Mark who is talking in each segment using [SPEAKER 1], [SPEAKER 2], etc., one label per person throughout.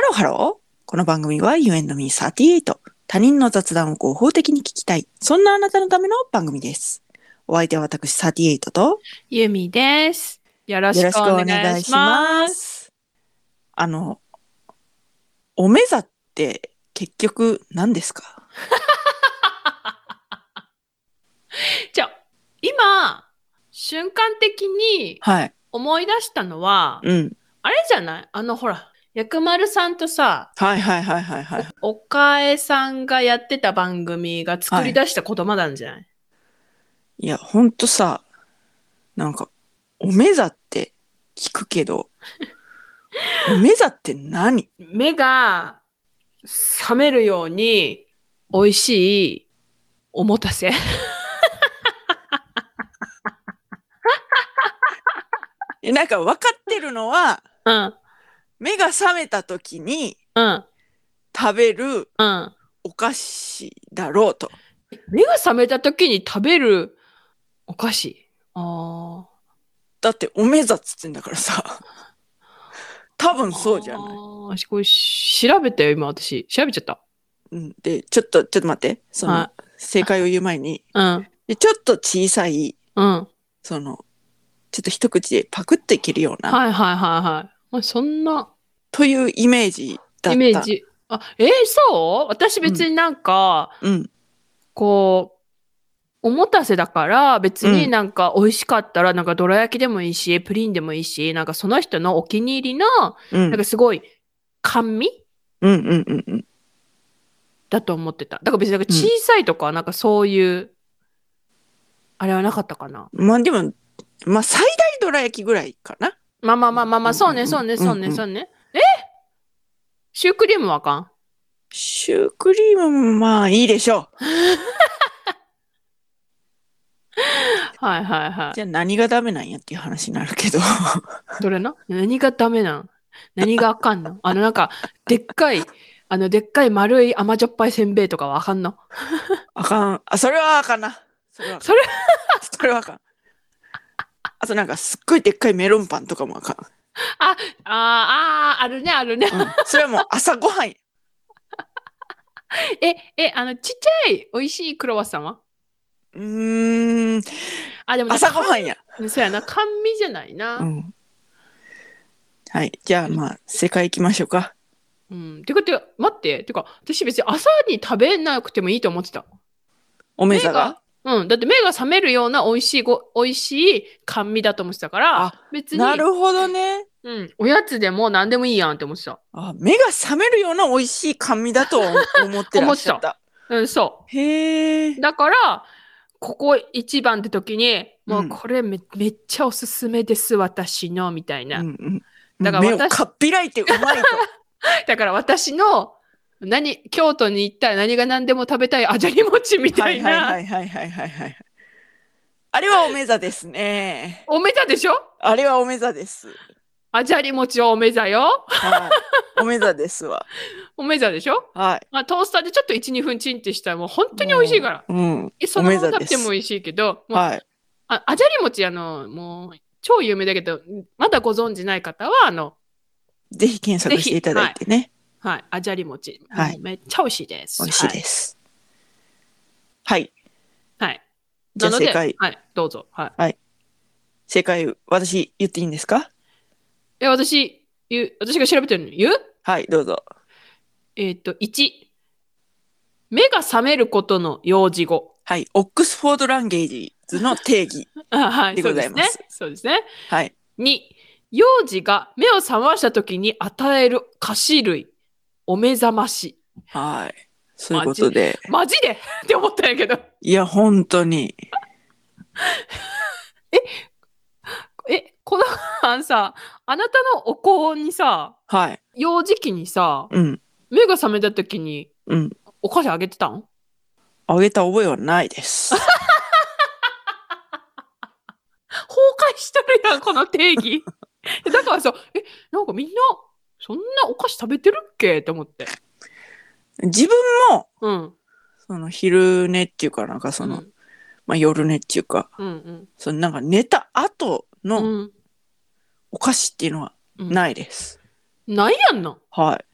[SPEAKER 1] ロハロー。この番組は You and me38。他人の雑談を合法的に聞きたい。そんなあなたのための番組です。お相手は私38と
[SPEAKER 2] ゆみです。よろしくお願いします。
[SPEAKER 1] す。あの、お目ざって結局何ですか
[SPEAKER 2] じゃあ、今、瞬間的に
[SPEAKER 1] はい。
[SPEAKER 2] 思い出したのは、
[SPEAKER 1] うん。
[SPEAKER 2] あれじゃないあの、ほら、薬丸さんとさ、
[SPEAKER 1] はいはいはいはいはい。
[SPEAKER 2] 岡江さんがやってた番組が作り出した言葉なんじゃない、
[SPEAKER 1] いや、ほんとさ、なんか、お目ざって聞くけ ど、お目ざって何
[SPEAKER 2] 目が覚めるように美味しいおもたせ。
[SPEAKER 1] えなんか分かってるのは、
[SPEAKER 2] うん、
[SPEAKER 1] 目が覚めた時に
[SPEAKER 2] うん、
[SPEAKER 1] 食べる
[SPEAKER 2] うん。
[SPEAKER 1] お菓子だろうと。
[SPEAKER 2] 目が覚めた時に食べるお菓子。ああ。
[SPEAKER 1] だってお目ざつってんだからさ。 多分そうじゃない。
[SPEAKER 2] い。これ調べたよ、今私。調べちゃった。
[SPEAKER 1] うん、で、ちょっと、ちょっと待って。その、
[SPEAKER 2] は
[SPEAKER 1] 正解を言う前に。
[SPEAKER 2] うん。
[SPEAKER 1] で、ちょっと小さい、
[SPEAKER 2] うん。はい
[SPEAKER 1] その、ちょっと一口でパクっていけるような、
[SPEAKER 2] はいはいはい。まあ、そんな
[SPEAKER 1] というイメージだった。
[SPEAKER 2] イメー。ジ。あ、えーそう私別になんか、
[SPEAKER 1] うん。
[SPEAKER 2] こう、おもたせだから別になんか美味しかったらなんかどら焼きでもいいし、プリンでもいいし、なんかその人のお気に入りの、
[SPEAKER 1] う
[SPEAKER 2] なん
[SPEAKER 1] ん。
[SPEAKER 2] かすごい甘味
[SPEAKER 1] うんうんうんうん。
[SPEAKER 2] だと思ってた。だから別になんか小さいとか、なんかそういう、あれはなかったかな。
[SPEAKER 1] まあでも、まあ最大どら焼きぐらいかな。
[SPEAKER 2] まあまあまあまあまあ、そう
[SPEAKER 1] う
[SPEAKER 2] ね、
[SPEAKER 1] ん
[SPEAKER 2] そうね、そう
[SPEAKER 1] うん
[SPEAKER 2] ね、そうね。えシュークリームはあかん
[SPEAKER 1] シュークリームもまあいいでしょう。
[SPEAKER 2] はいはいは
[SPEAKER 1] じゃあ何がダメなんやっていう話になるけど。
[SPEAKER 2] い。どれな何がダメなん何があかんのあのなんか、でっかい、あのでっかい丸い甘じょっぱいせんべいとかはあかんの
[SPEAKER 1] あかん。あ、それはあかんな。それはあかん
[SPEAKER 2] それ
[SPEAKER 1] それはあかん。あとなんかすっごいでっかいメロンパンとかもあか
[SPEAKER 2] あーあー、あるね、ある
[SPEAKER 1] ん。
[SPEAKER 2] ね。
[SPEAKER 1] うん、それはもう朝ごはんや。
[SPEAKER 2] え、え、あの、ちっちゃい美味しいクロワッサンは
[SPEAKER 1] うーん、
[SPEAKER 2] あ、でも、
[SPEAKER 1] 朝ごはんや。
[SPEAKER 2] ん。そうやな、甘味じゃないな。う。
[SPEAKER 1] うんん。はい。じゃあまあ、正解行きましょうか。
[SPEAKER 2] てか、てか待って、てか、私別に朝に食べなくてもいいと思ってた。
[SPEAKER 1] おめざが。
[SPEAKER 2] うん、だって目が覚めるような美味しいご美味しい甘味だと思ってたから
[SPEAKER 1] あ
[SPEAKER 2] 別に
[SPEAKER 1] なるほどね。
[SPEAKER 2] うん、おやつでも何でもいいやんって思ってた。
[SPEAKER 1] あ目が覚めるような美味しい甘味だと思 思ってらっしゃった。
[SPEAKER 2] うん、そ
[SPEAKER 1] へえ
[SPEAKER 2] う。。だからここ一番って時にも
[SPEAKER 1] うん
[SPEAKER 2] うこれめ,、めっちゃおすすめです私のみたいな、
[SPEAKER 1] うんうん。
[SPEAKER 2] だから
[SPEAKER 1] 目
[SPEAKER 2] 私
[SPEAKER 1] をかっぴらいてうまいと。
[SPEAKER 2] だから私の何京都に行ったら何が何でも食べたいあじゃり餅みた
[SPEAKER 1] はいい
[SPEAKER 2] な、
[SPEAKER 1] はいはいはいはいはいはい。あれはおめざですね。
[SPEAKER 2] おめざでしょ
[SPEAKER 1] あれはおめざです。
[SPEAKER 2] あじゃり餅はおめざよ
[SPEAKER 1] はい。おめざですわ。
[SPEAKER 2] おめざでしょ、
[SPEAKER 1] はい。
[SPEAKER 2] まあ、トースターでちょっと12分チンってしたらもう本当に美味しいから。
[SPEAKER 1] うん。
[SPEAKER 2] えそのまま
[SPEAKER 1] おめざ
[SPEAKER 2] 食
[SPEAKER 1] で
[SPEAKER 2] べ
[SPEAKER 1] す
[SPEAKER 2] ても美味しいけど、もう
[SPEAKER 1] はい。
[SPEAKER 2] ああじゃり餅あのもう超有名だけどまだご存じない方はあの、
[SPEAKER 1] ぜひ検索していただいてね。
[SPEAKER 2] はい、あじゃり餅、
[SPEAKER 1] はい
[SPEAKER 2] めっちゃ美味しいです
[SPEAKER 1] 美味しいです。はい。
[SPEAKER 2] はい、はい
[SPEAKER 1] じゃあ
[SPEAKER 2] なので
[SPEAKER 1] 正解。
[SPEAKER 2] はい、どうぞはい
[SPEAKER 1] 正解、私言っていいんですか
[SPEAKER 2] え私言う私が調べてるの言う
[SPEAKER 1] はい、どうぞ。
[SPEAKER 2] えっ、と1目が覚めることの用事語
[SPEAKER 1] はい。オックスフォードランゲージズの定義。
[SPEAKER 2] あはい
[SPEAKER 1] で
[SPEAKER 2] そ
[SPEAKER 1] ご
[SPEAKER 2] う
[SPEAKER 1] ざ
[SPEAKER 2] で
[SPEAKER 1] い
[SPEAKER 2] す
[SPEAKER 1] ま
[SPEAKER 2] ね
[SPEAKER 1] す
[SPEAKER 2] そうですね
[SPEAKER 1] はい。
[SPEAKER 2] 2幼児が目を覚ました時に与える菓子類お目覚まし
[SPEAKER 1] はい。そういうことで。
[SPEAKER 2] マジで って思ったんやけど
[SPEAKER 1] いや、本当に。
[SPEAKER 2] え、この間さ、あなたのお子にさ、
[SPEAKER 1] はい。
[SPEAKER 2] 幼児期にさ、
[SPEAKER 1] うん。
[SPEAKER 2] 目が覚めた時に
[SPEAKER 1] うん。
[SPEAKER 2] お菓子あげてたん
[SPEAKER 1] あげた覚えはない です。
[SPEAKER 2] 崩壊しとるやん、この定義。 だからさ、え、なんかみんな、そんなお菓子食べてるっけって思って。
[SPEAKER 1] 自分も、
[SPEAKER 2] うん。
[SPEAKER 1] その昼寝っていうかなんかその、
[SPEAKER 2] うん
[SPEAKER 1] まあ夜寝っていうか、
[SPEAKER 2] うん
[SPEAKER 1] そのなんか寝た後
[SPEAKER 2] う
[SPEAKER 1] の
[SPEAKER 2] ん。
[SPEAKER 1] お菓子っていうのは
[SPEAKER 2] うん。い。
[SPEAKER 1] ないです。
[SPEAKER 2] ないやんな。
[SPEAKER 1] はい。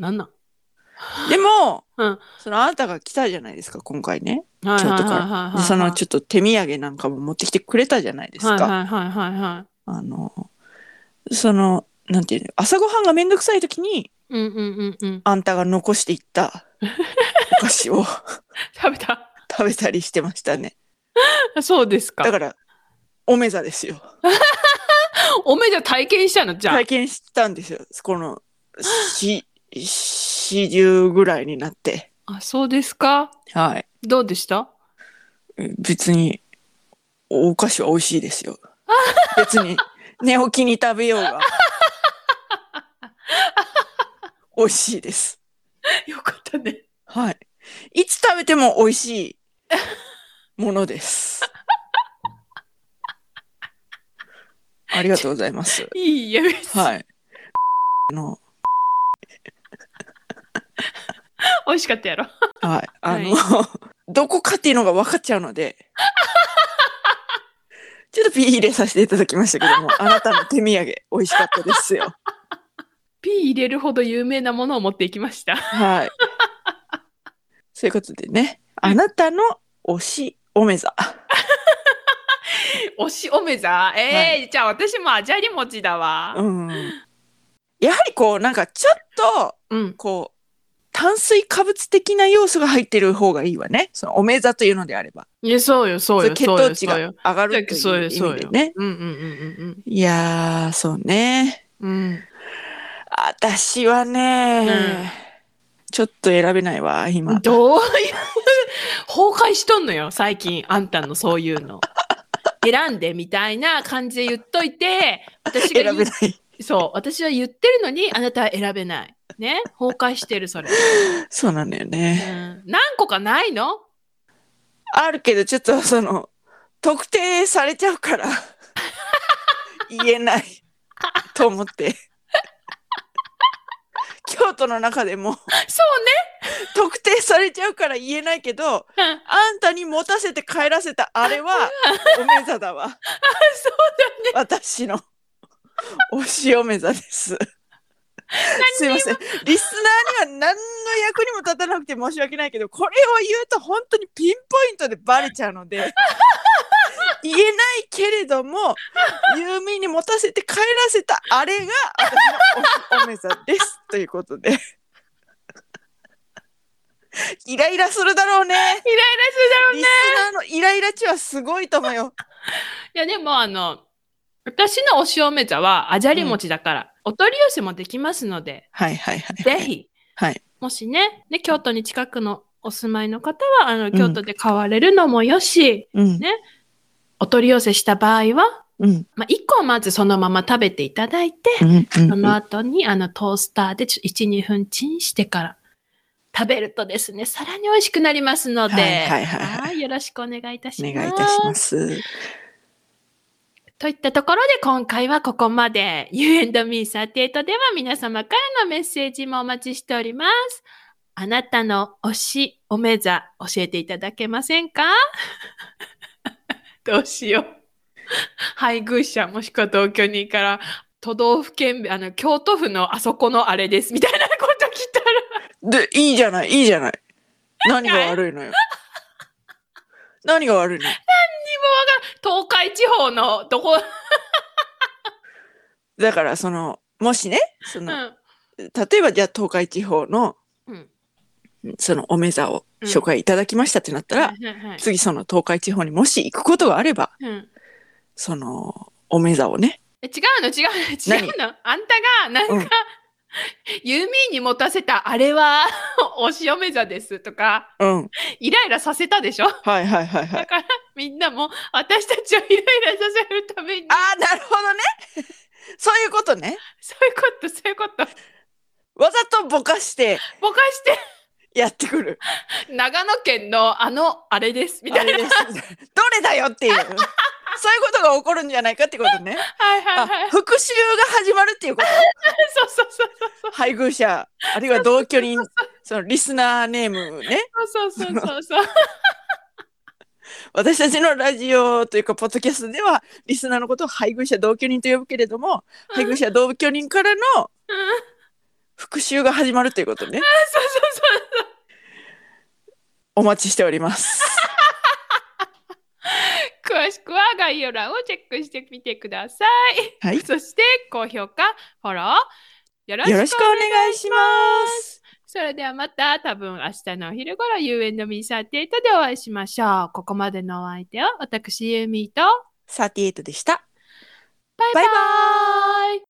[SPEAKER 2] なんなん
[SPEAKER 1] でも、
[SPEAKER 2] うん
[SPEAKER 1] そのあなたが来たじゃないですか、今回ね。
[SPEAKER 2] はい
[SPEAKER 1] 京
[SPEAKER 2] はい
[SPEAKER 1] 都から
[SPEAKER 2] はい
[SPEAKER 1] で
[SPEAKER 2] はい
[SPEAKER 1] その
[SPEAKER 2] ょ
[SPEAKER 1] ちょっと手土産なんかも持ってきてくれたじゃないですか。
[SPEAKER 2] はいはいはいはいは
[SPEAKER 1] あの、その、なんていうの、朝ごはんがめんどくさい時に、
[SPEAKER 2] い。うんうんうんうん。
[SPEAKER 1] あんたが残していったお菓子を
[SPEAKER 2] 食べた。
[SPEAKER 1] 食べたりしてましたね。
[SPEAKER 2] そうですか。
[SPEAKER 1] だから、おめざですよ。
[SPEAKER 2] おめで体験したのじゃあ。
[SPEAKER 1] 体験したんですよ。この、し、四十ぐらいになって。
[SPEAKER 2] あ、そうですか。
[SPEAKER 1] はい。
[SPEAKER 2] どうでした
[SPEAKER 1] 別に、お菓子は美味しいですよ。別に、 寝起きに食べようが。美味しいです。
[SPEAKER 2] よかったね。
[SPEAKER 1] はい。いつ食べても美味しいもの です。ありがとうございます。
[SPEAKER 2] いいえ、別に
[SPEAKER 1] はい。あの、
[SPEAKER 2] 美味しかったやろ。
[SPEAKER 1] はい。あの、 どこかっていうのが分かっちゃうので、 ちょっとピー入れさせていただきましたけど も、あなたの手土産、美味しかったですよ。
[SPEAKER 2] ピー入れるほど有名なものを持っていきました。
[SPEAKER 1] はい。そういうことでね、あなたの推し、おめざ。
[SPEAKER 2] 推しおめざえ
[SPEAKER 1] は
[SPEAKER 2] えーじゃあ私もあじゃり餅だわ。
[SPEAKER 1] うん。やはりこう、なんかちょっと、
[SPEAKER 2] うん。
[SPEAKER 1] こう、炭水化物的な要素が入ってる方がいいわね。そのおめざというのであれば。
[SPEAKER 2] いや、そうよ、そうよ、
[SPEAKER 1] 血
[SPEAKER 2] そう
[SPEAKER 1] 糖
[SPEAKER 2] よ、
[SPEAKER 1] 値
[SPEAKER 2] そう
[SPEAKER 1] が
[SPEAKER 2] よ。
[SPEAKER 1] 上がるとい
[SPEAKER 2] そう
[SPEAKER 1] う
[SPEAKER 2] よ、
[SPEAKER 1] 意
[SPEAKER 2] そ
[SPEAKER 1] 味
[SPEAKER 2] う
[SPEAKER 1] で
[SPEAKER 2] よ。
[SPEAKER 1] ね。
[SPEAKER 2] うんうんうん
[SPEAKER 1] いやー、そうね。
[SPEAKER 2] うんうん。うん。
[SPEAKER 1] 私はね、
[SPEAKER 2] うんち
[SPEAKER 1] ちょっと選べないわ今
[SPEAKER 2] どういう崩壊しとんのよ最近あんたのそういうの。選んでみたいな感じで言っといて私が
[SPEAKER 1] 選
[SPEAKER 2] 言
[SPEAKER 1] べ
[SPEAKER 2] う
[SPEAKER 1] ない
[SPEAKER 2] そう私は言ってるのにあなたは選べない。ね崩壊してるそれ、
[SPEAKER 1] そうなんだよ
[SPEAKER 2] うん
[SPEAKER 1] ね、
[SPEAKER 2] 何個かないの
[SPEAKER 1] あるけどちょっとその特定されちゃう から言えないと思っ て京都の中でも
[SPEAKER 2] そう
[SPEAKER 1] 特定されちゃうから言えないけど
[SPEAKER 2] ね、うん、
[SPEAKER 1] あんたに持たせて帰らせたあれはおめざだわ
[SPEAKER 2] そう
[SPEAKER 1] 私の推しを目指です。すいません。リスナーには何の役にも立たなくて申し訳ないけど、これを言うと本当にピンポイントでバレちゃうの で、言えないけれども、有名に持たせて帰らせたあれが私の推しお目指です。ということで。 イライラするだろうね。
[SPEAKER 2] イライラするだろう
[SPEAKER 1] リスナーのイライラ値はすごいと思うよ。
[SPEAKER 2] いやでもあの私のお塩めざはあじゃり餅だから、お取り寄せもできます ので
[SPEAKER 1] はいはいはい。
[SPEAKER 2] ぜひ
[SPEAKER 1] はい。
[SPEAKER 2] もしねね京都に近くのお住まいの方はあの京都で買われるのもよし、
[SPEAKER 1] うん。
[SPEAKER 2] ねお取り寄せした場合は、
[SPEAKER 1] うん。
[SPEAKER 2] まあ、1個はまずそのまま食べていただいて、その後にあのトースターで12分チンしてから食べるとですねさらに美味しくなりますので、
[SPEAKER 1] はいはいはいはい
[SPEAKER 2] はいよろしくお願いいたし
[SPEAKER 1] お
[SPEAKER 2] ます。
[SPEAKER 1] 願いいたします。
[SPEAKER 2] といったところで今回はここまで U&Me38 では皆様からのメッセージもお待ちしております。あなたの推し、おめざ教えていただけませんか どうしよう。配偶者もしくは同居人から都道府県あの京都府のあそこのあれですみたいなこと来たら
[SPEAKER 1] で、いいじゃない、いいじゃない。何が悪いのよ。何が悪いの
[SPEAKER 2] 東海地方のどこ、
[SPEAKER 1] だから、その、もしね、そうの、
[SPEAKER 2] ん、
[SPEAKER 1] 例えばじゃあ東海地方の、
[SPEAKER 2] うん
[SPEAKER 1] そのおめざを紹介いただきましたってなったら、
[SPEAKER 2] はいはいはい
[SPEAKER 1] 次その東海地方にもし行くことがあれば、
[SPEAKER 2] うん
[SPEAKER 1] その、おめざをね、
[SPEAKER 2] え違うの違うの違うのあんたがなんか、
[SPEAKER 1] うん
[SPEAKER 2] ユーミンに持たせたあれは お塩目座ですとか
[SPEAKER 1] うん、
[SPEAKER 2] イライラさせたでしょ
[SPEAKER 1] はいはいはいは
[SPEAKER 2] だ
[SPEAKER 1] い。
[SPEAKER 2] からみんなも私たちをイライラさせるために
[SPEAKER 1] ああ、なるほどね。そういうことね。
[SPEAKER 2] そういうことそういうこと
[SPEAKER 1] わざとぼかして
[SPEAKER 2] ぼかし
[SPEAKER 1] やってくる。
[SPEAKER 2] て長野県のあのあれです み
[SPEAKER 1] あ
[SPEAKER 2] たいな
[SPEAKER 1] れですどれだよっていう。そういうことが起こるんじゃないかってことね。
[SPEAKER 2] はい はいはい
[SPEAKER 1] あ復讐が始まるっていうこ
[SPEAKER 2] そうそうそう
[SPEAKER 1] と 配偶者あるいは同居人そのリスナーネームね
[SPEAKER 2] そうそうそうそうそう
[SPEAKER 1] 私たちのラジオというかポッドキャストではリスナーのことを配偶者同居人と呼ぶけれども配偶者同居人からの復復習が始まるということ ね。
[SPEAKER 2] そうそうそう。
[SPEAKER 1] お待ちしております。
[SPEAKER 2] 詳しくは概要欄をチェックしてみてください。
[SPEAKER 1] はい
[SPEAKER 2] そして高評価、フォロー、よろしく
[SPEAKER 1] よろしくお願いします。
[SPEAKER 2] それではまた多分明日のお昼頃 You and me38 でお会いしましょう。ここまでのお相手は私ユーミーと
[SPEAKER 1] 38でした。
[SPEAKER 2] バイバ
[SPEAKER 1] バイバ
[SPEAKER 2] イ